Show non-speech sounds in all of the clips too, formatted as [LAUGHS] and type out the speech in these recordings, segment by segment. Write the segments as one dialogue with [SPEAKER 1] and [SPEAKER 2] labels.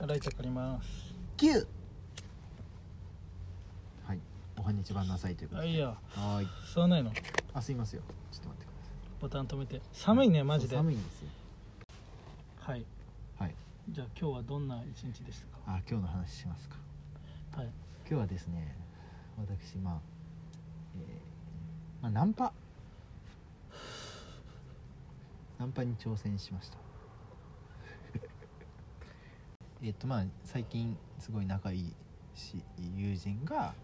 [SPEAKER 1] 洗いちゃかります
[SPEAKER 2] 九。はい。おはにちばんなさいということ
[SPEAKER 1] あ
[SPEAKER 2] で。
[SPEAKER 1] いいや
[SPEAKER 2] はーい。
[SPEAKER 1] 吸わないの
[SPEAKER 2] あ、すいますよ。ちょっと待ってください。
[SPEAKER 1] ボタン止めて寒いねマジで
[SPEAKER 2] そう寒いんですよ。
[SPEAKER 1] はい
[SPEAKER 2] はい。
[SPEAKER 1] じゃあ今日はどんな一日でした
[SPEAKER 2] あ、今日の話しますか。
[SPEAKER 1] かはい
[SPEAKER 2] 今日はですね。私、まあ。えーまあ、ナンパ。ナンパに挑戦しました。 [LAUGHS] えっと、まあ、最近すごい仲いいし。友人が。あの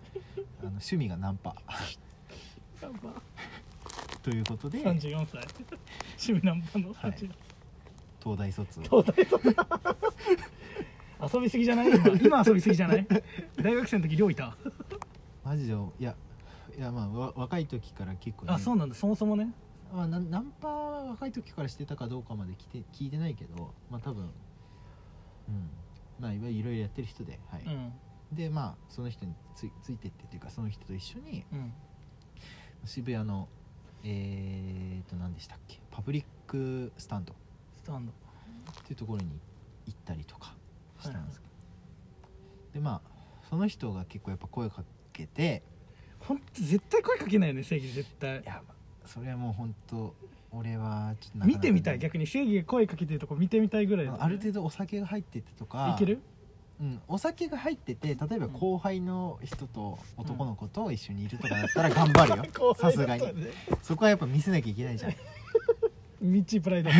[SPEAKER 2] 趣味がナンパ。
[SPEAKER 1] やば
[SPEAKER 2] ということで。
[SPEAKER 1] 34歳 [LAUGHS] 趣味ナンパの
[SPEAKER 2] はい
[SPEAKER 1] 34
[SPEAKER 2] 東大卒
[SPEAKER 1] 東大卒遊びすぎじゃない [LAUGHS] 今今遊びすぎじゃない大学生の時寮いた
[SPEAKER 2] マジでいやいやまあわ若い時から結構、ね、
[SPEAKER 1] あそうなんだそもそもね
[SPEAKER 2] まあ、なナンパは若い時からしてたかどうかまで聞いて聞いてないけどまあ多分うんまあいわゆるいろいろやってる人で、はい
[SPEAKER 1] うん
[SPEAKER 2] でまあその人についついてってというかその人と一緒に
[SPEAKER 1] うん
[SPEAKER 2] 渋谷のえー、と何でしたっけパブリックスタンドっ
[SPEAKER 1] スタンド
[SPEAKER 2] ていうところに行ったりとかしたんですけど、でまあその人が結構やっぱ声かけて
[SPEAKER 1] ほんと絶対声かけないよね正義絶対
[SPEAKER 2] いやまあそれはもう本当俺はちょっとなかなかね
[SPEAKER 1] 見てみたい逆に正義が声かけてるとこ見てみたいぐらいだよね、
[SPEAKER 2] ある程度お酒が入っててとか
[SPEAKER 1] いける
[SPEAKER 2] うん、お酒が入ってて例えば後輩の人と男の子と一緒にいるとかだったら頑張
[SPEAKER 1] [LAUGHS]
[SPEAKER 2] るよさすがにそこはやっぱ見せなきゃいけないじゃん
[SPEAKER 1] ミッチープライ [LAUGHS] ド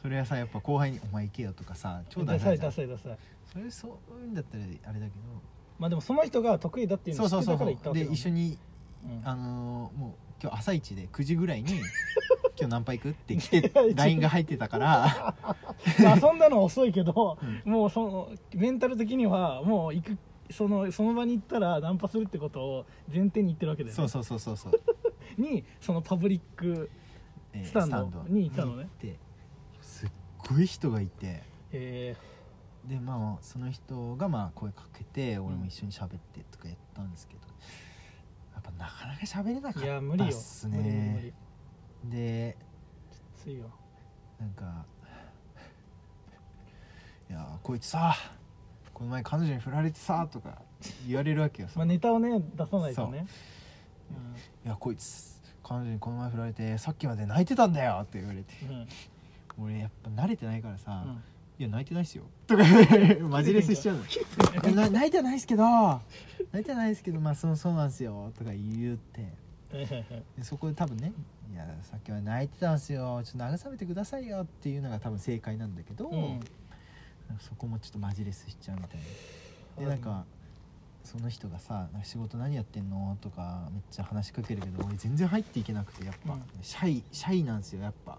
[SPEAKER 2] それはさやっぱ後輩に「お前行けよ」とかさ超ダ
[SPEAKER 1] ダ
[SPEAKER 2] サ
[SPEAKER 1] サ
[SPEAKER 2] い
[SPEAKER 1] い
[SPEAKER 2] じ
[SPEAKER 1] ダ
[SPEAKER 2] ゃんそ
[SPEAKER 1] サいダサい
[SPEAKER 2] れそういうんだったらあれだけ
[SPEAKER 1] まあでもその人が得意だってい
[SPEAKER 2] ど
[SPEAKER 1] う
[SPEAKER 2] そ
[SPEAKER 1] のを
[SPEAKER 2] う
[SPEAKER 1] 知
[SPEAKER 2] そ
[SPEAKER 1] っ
[SPEAKER 2] う
[SPEAKER 1] て
[SPEAKER 2] そ
[SPEAKER 1] たから行った
[SPEAKER 2] うそう
[SPEAKER 1] わけ
[SPEAKER 2] で
[SPEAKER 1] だもん
[SPEAKER 2] 一緒に
[SPEAKER 1] うん
[SPEAKER 2] あのーもう今日朝一で9時ぐらい
[SPEAKER 1] [LAUGHS]
[SPEAKER 2] に「今日ナンパ行く?」って来て
[SPEAKER 1] いや
[SPEAKER 2] LINE が入って
[SPEAKER 1] [LAUGHS]
[SPEAKER 2] たから、
[SPEAKER 1] まあ、遊んだのは遅いけど、
[SPEAKER 2] うん
[SPEAKER 1] もうそのメンタル的にはもう行くそのその場に行ったらナンパするってことを前提に言ってるわけだよ、ね、
[SPEAKER 2] そうそうそうそうそう
[SPEAKER 1] にそのパブリック
[SPEAKER 2] えー
[SPEAKER 1] スタンドに行ったのね
[SPEAKER 2] 行ってすっごい人がいて
[SPEAKER 1] え
[SPEAKER 2] でまあその人がまあ声かけて俺も一緒に喋ってとかやったんですけど、やっぱなかなか喋れなか
[SPEAKER 1] ー、いや無
[SPEAKER 2] っ
[SPEAKER 1] 理
[SPEAKER 2] た
[SPEAKER 1] よ
[SPEAKER 2] っす
[SPEAKER 1] 無理無理無理
[SPEAKER 2] ねで
[SPEAKER 1] きついよ
[SPEAKER 2] なんか「いやーこいつさこの前彼女に振られてさ」とか言われるわけよ、
[SPEAKER 1] まあネタをね出さないとね
[SPEAKER 2] いやこいつ彼女にこの前振られてさっきまで泣いてたんだよって言われて
[SPEAKER 1] うんうん
[SPEAKER 2] 俺やっぱ慣れてないからさ「
[SPEAKER 1] うん
[SPEAKER 2] いや泣いてないっすよ」とか [LAUGHS] マジレスしちゃうのいやな泣いてはないですけど泣いてはないですけどまあそうそうなんですよとか言って
[SPEAKER 1] はいはいはい
[SPEAKER 2] でそこで多分ね「いやさっきは泣いてたんですよちょっと慰めてくださいよ」っていうのが多分正解なんだけど、
[SPEAKER 1] うん
[SPEAKER 2] なんかそこもちょっとマジレスしちゃうみたいなで
[SPEAKER 1] あ
[SPEAKER 2] なんかその人がさ「なんか仕事何やってんの?」とかめっちゃ話しかけるけど俺全然入っていけなくてやっぱ、
[SPEAKER 1] うん
[SPEAKER 2] シャイシャイなんですよやっぱ、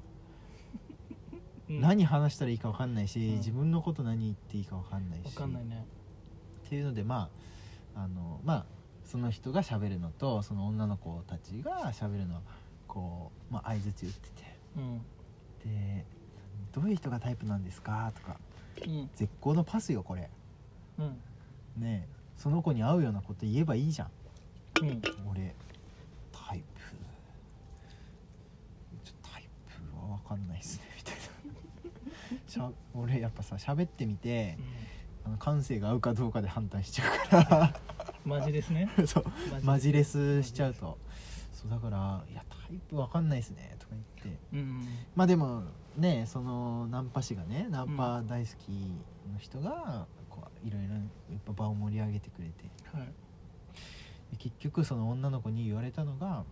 [SPEAKER 1] うん
[SPEAKER 2] 何話したらいいか分かんないし、
[SPEAKER 1] うん
[SPEAKER 2] 自分のこと何言っていいか分かんない
[SPEAKER 1] わ
[SPEAKER 2] し
[SPEAKER 1] かんないね
[SPEAKER 2] っていうのでまああのまあその人が喋るのとその女の子たちが喋るのはこう、まあ、相づち打って
[SPEAKER 1] うん
[SPEAKER 2] てで「どういう人がタイプなんですか?」とか
[SPEAKER 1] うん
[SPEAKER 2] 「絶好のパスよこれ
[SPEAKER 1] うん」
[SPEAKER 2] ねえその子に合うようなこと言えばいいじゃん
[SPEAKER 1] うん
[SPEAKER 2] 俺タイプちょタイプは分かんないっすねみたいなしゃ俺やっぱさ喋ってみてあの感性が合うかどうかで判断しちゃうか
[SPEAKER 1] マジですね
[SPEAKER 2] らそうマジレスしちゃ
[SPEAKER 1] う
[SPEAKER 2] うとそうだから「いやタイプわかんないですね」とか言って
[SPEAKER 1] うん
[SPEAKER 2] まあでもねそのナンパ師がねナンパ大好きの人がこういろいろやっぱ場を盛り上げてくれて
[SPEAKER 1] はい
[SPEAKER 2] で結局その女の子に言われたのが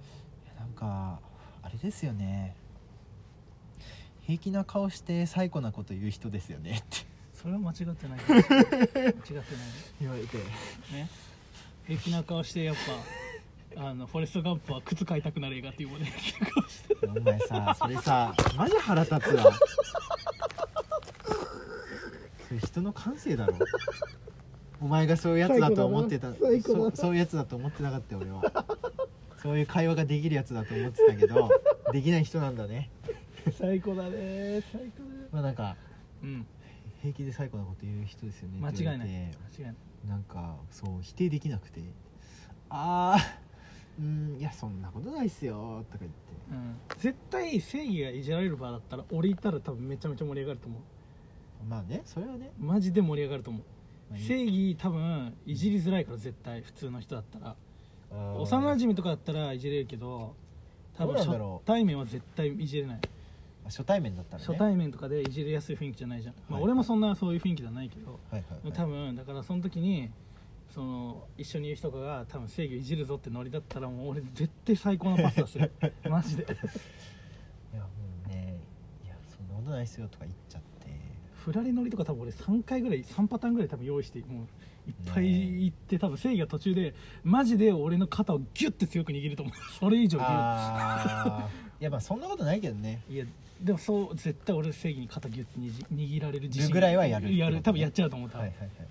[SPEAKER 2] 「いやなんかあれですよね平気な顔して最高なこと言う人ですよね」って
[SPEAKER 1] それは間違ってないかもしれない間違ってない
[SPEAKER 2] 言われて
[SPEAKER 1] ね平気な顔してやっぱあのフォレストガンプは靴買いたくなる映画っていうもんね
[SPEAKER 2] 「お前さそれさマジ腹立つわ」それ人の感性だろお前がそういうやつだと思ってた
[SPEAKER 1] 最高だな最高だ
[SPEAKER 2] そう
[SPEAKER 1] な
[SPEAKER 2] そういうやつだと思ってなかったよ俺はそういう会話ができるやつだと思ってたけどできない人なんだね
[SPEAKER 1] 最高だね最高だね
[SPEAKER 2] まあなんか
[SPEAKER 1] うん
[SPEAKER 2] 平気で最高なこと言う人ですよね
[SPEAKER 1] 間違
[SPEAKER 2] って言わ
[SPEAKER 1] い
[SPEAKER 2] れ
[SPEAKER 1] ない
[SPEAKER 2] て
[SPEAKER 1] 間違いない
[SPEAKER 2] なんかそう否定できなくて「ああうんいやそんなことないっすよ」とか言って
[SPEAKER 1] うん絶対正義がいじられる場だったら俺いたら多分めちゃめちゃ盛り上がると思う
[SPEAKER 2] まあねそれはね、
[SPEAKER 1] マジで盛り上がると思う
[SPEAKER 2] まあいい
[SPEAKER 1] 正義多分いじりづらいから絶対普通の人だったら
[SPEAKER 2] あー
[SPEAKER 1] 幼馴染とかだったらいじれるけど多分
[SPEAKER 2] どうなん
[SPEAKER 1] 初
[SPEAKER 2] だろう
[SPEAKER 1] 対面は絶対いじれない
[SPEAKER 2] あ初対面だったらね
[SPEAKER 1] 初対面とかでいじりやすい雰囲気じゃないじゃん、ま
[SPEAKER 2] は
[SPEAKER 1] あ、
[SPEAKER 2] い
[SPEAKER 1] 俺もそんなそういう雰囲気じゃないけど、
[SPEAKER 2] はいはい、はい、
[SPEAKER 1] 多分だからその時にその一緒にいる人が多分正義をいじるぞってノリだったらもう俺絶対最高のパス出
[SPEAKER 2] [LAUGHS]
[SPEAKER 1] するマジで
[SPEAKER 2] いやもうねいやそんなことないっすよとか言っちゃって
[SPEAKER 1] フラれノリとか多分俺3回ぐらい3パターンぐらい多分用意してもういっぱい行って多分正義が途中でマジで俺の肩をギュッて強く握ると思うそれ以上ギュッ
[SPEAKER 2] ああ
[SPEAKER 1] [LAUGHS]
[SPEAKER 2] いやまあそんなことないけどね
[SPEAKER 1] いやでもそう絶対俺正義に肩ギュッて握握られる自信
[SPEAKER 2] るぐらいはやるってことね
[SPEAKER 1] やる多分やっちゃうと思う多
[SPEAKER 2] はい
[SPEAKER 1] 分、
[SPEAKER 2] はいはい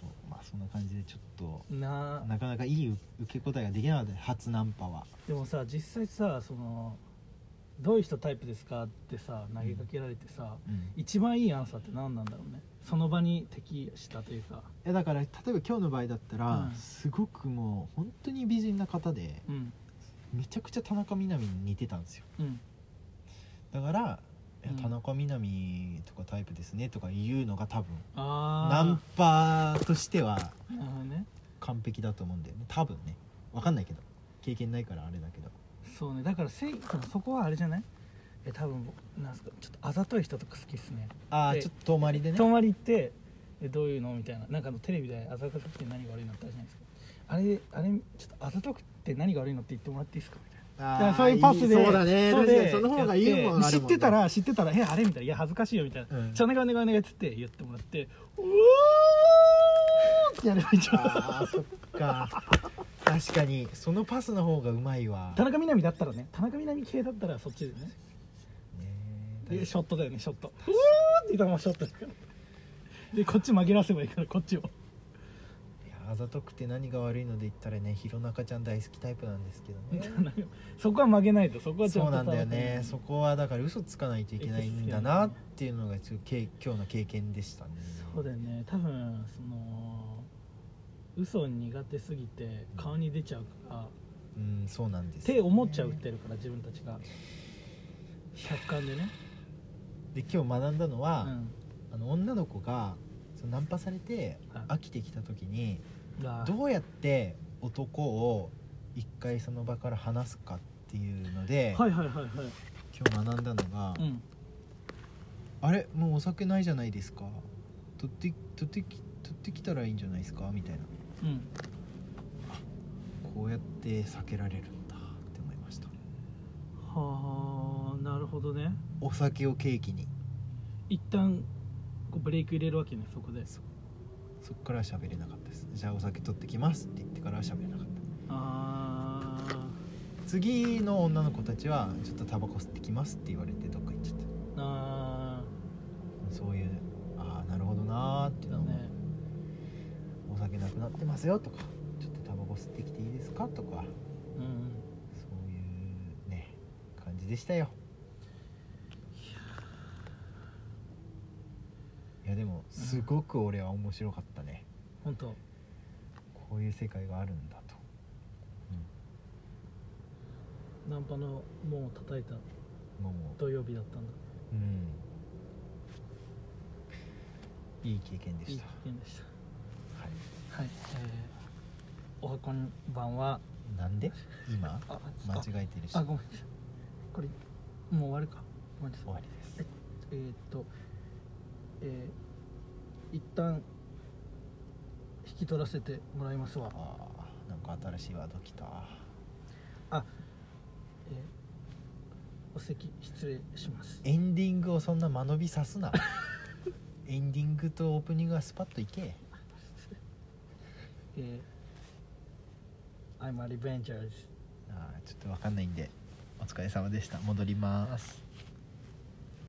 [SPEAKER 2] そうまあそんな感じでちょっと
[SPEAKER 1] なあ
[SPEAKER 2] なかなかいい受け答えができなかった初ナンパは
[SPEAKER 1] でもさ実際さそのどういう人タイプですかってさ投げかけられてさ、
[SPEAKER 2] うん
[SPEAKER 1] 一番いいアンサーって何なんだろうねその場に適したというか
[SPEAKER 2] いやだから例えば今日の場合だったら、
[SPEAKER 1] うん
[SPEAKER 2] すごくもう本当に美人な方で
[SPEAKER 1] うん
[SPEAKER 2] めちゃくちゃ田中みな実に似てたんですよ
[SPEAKER 1] うん
[SPEAKER 2] だから、いや
[SPEAKER 1] うん
[SPEAKER 2] 田中みな実とかタイプですねとか言うのが多分ナ
[SPEAKER 1] あ
[SPEAKER 2] ンパとしては
[SPEAKER 1] あなるほどね
[SPEAKER 2] 完璧だと思うんだよね多分ね分かんないけど経験ないからあれだけど
[SPEAKER 1] そうねだから正義でもそこはあれじゃないえ多分なんすかちょっとあざとい人とか好きっすね
[SPEAKER 2] ああ
[SPEAKER 1] で
[SPEAKER 2] ちょっと遠回りでね
[SPEAKER 1] 泊まり行ってえどういうのみたいななんかあのテレビであざとくて何が悪いのってあるじゃないですかあれあれちょっとあざとくて何が悪いのって言ってもらっていいですかみたいなだから
[SPEAKER 2] あー
[SPEAKER 1] そういうパスで
[SPEAKER 2] いいそうだね
[SPEAKER 1] う
[SPEAKER 2] 確
[SPEAKER 1] で
[SPEAKER 2] かにその方がいいもん
[SPEAKER 1] や
[SPEAKER 2] あ
[SPEAKER 1] って
[SPEAKER 2] る
[SPEAKER 1] 知
[SPEAKER 2] も
[SPEAKER 1] っ
[SPEAKER 2] ん
[SPEAKER 1] てたら知ってたら「えあれ?」みたいな「いや恥ずかしいよ」みたいな「
[SPEAKER 2] うん
[SPEAKER 1] ちょお願いお願いお願い」っつって言ってもらって「うおー!」ってやればいいじゃん
[SPEAKER 2] あーそっか確かにそのパスの方がうまいわ
[SPEAKER 1] 田中みな実だったらね田中みな実系だったらそっちでね
[SPEAKER 2] ね
[SPEAKER 1] でショットだよねショット「うおー!」って言ったらもうショットだからでこっち紛らわせばいいからこっちを
[SPEAKER 2] いやあざとくて何が悪いので言ったらね弘中ちゃん大好きタイプなんですけどね
[SPEAKER 1] そこは曲げないとそこはちゃ
[SPEAKER 2] そ
[SPEAKER 1] ん
[SPEAKER 2] う
[SPEAKER 1] と
[SPEAKER 2] なんだよね
[SPEAKER 1] 戦
[SPEAKER 2] そこはだから嘘つかないといけないんだなっていうのがちょっとけい今日の経験でしたね
[SPEAKER 1] そうだよね多分その嘘苦手すぎて顔に出ちゃうから、っ
[SPEAKER 2] うんそうなんですよ
[SPEAKER 1] て思っちゃうってるから自分たちが客観でね、
[SPEAKER 2] で今日学んだの
[SPEAKER 1] う
[SPEAKER 2] は、
[SPEAKER 1] ん、
[SPEAKER 2] あの女の子がそのナンパされて
[SPEAKER 1] あ
[SPEAKER 2] 飽きてきた時に
[SPEAKER 1] が
[SPEAKER 2] どうやって男を一回その場から離すかっていうので、
[SPEAKER 1] はいはいはいはい
[SPEAKER 2] 今日学んだのが、
[SPEAKER 1] うん
[SPEAKER 2] あれもうお酒ないじゃないですか取って取ってき取ってきたらいいんじゃないですかみたいな
[SPEAKER 1] うん
[SPEAKER 2] こうやって避けられるんだって思いました
[SPEAKER 1] はあなるほどね
[SPEAKER 2] お酒を契機に
[SPEAKER 1] 一旦こうブレイク入れるわけねそこで
[SPEAKER 2] そっからは喋れなかったですじゃあお酒取ってきますって言ってからは喋れなかった
[SPEAKER 1] あ
[SPEAKER 2] 次の女の子たちはちょっとタバコ吸ってきますって言われてどっか行っちゃった
[SPEAKER 1] ーあ
[SPEAKER 2] そういうああなるほどなーって
[SPEAKER 1] ー
[SPEAKER 2] いう
[SPEAKER 1] だ
[SPEAKER 2] のも、
[SPEAKER 1] ね
[SPEAKER 2] お酒なくなってますよとかちょっとタバコ吸ってきていいですかとか
[SPEAKER 1] うんうん
[SPEAKER 2] そういうね感じでしたよいやでもすごく俺は面白かったね、
[SPEAKER 1] 本当
[SPEAKER 2] こういう世界があるんだと
[SPEAKER 1] ナンパの門を叩いた
[SPEAKER 2] もう
[SPEAKER 1] 土曜日だったんだ
[SPEAKER 2] うんいい経験で
[SPEAKER 1] いい
[SPEAKER 2] した
[SPEAKER 1] 経験でした
[SPEAKER 2] はい
[SPEAKER 1] はい、えー、おはこんばんは。
[SPEAKER 2] なんで今
[SPEAKER 1] あ、
[SPEAKER 2] 間違
[SPEAKER 1] あ
[SPEAKER 2] えてるし
[SPEAKER 1] あ、
[SPEAKER 2] 終
[SPEAKER 1] ごめん。これ、もう終わるか。ごめんなさい。
[SPEAKER 2] わりです
[SPEAKER 1] えーっと、えー、一旦引き取らせてもらいますわ。
[SPEAKER 2] あーなんか新しいワードきた
[SPEAKER 1] えー、お席失礼します。
[SPEAKER 2] エンディングをそんな間延びさすな [LAUGHS] エンディングとオープニングはスパッといけ
[SPEAKER 1] えー、I'm a revenger.
[SPEAKER 2] あーちょっとわかんないんでお疲れ様でした戻ります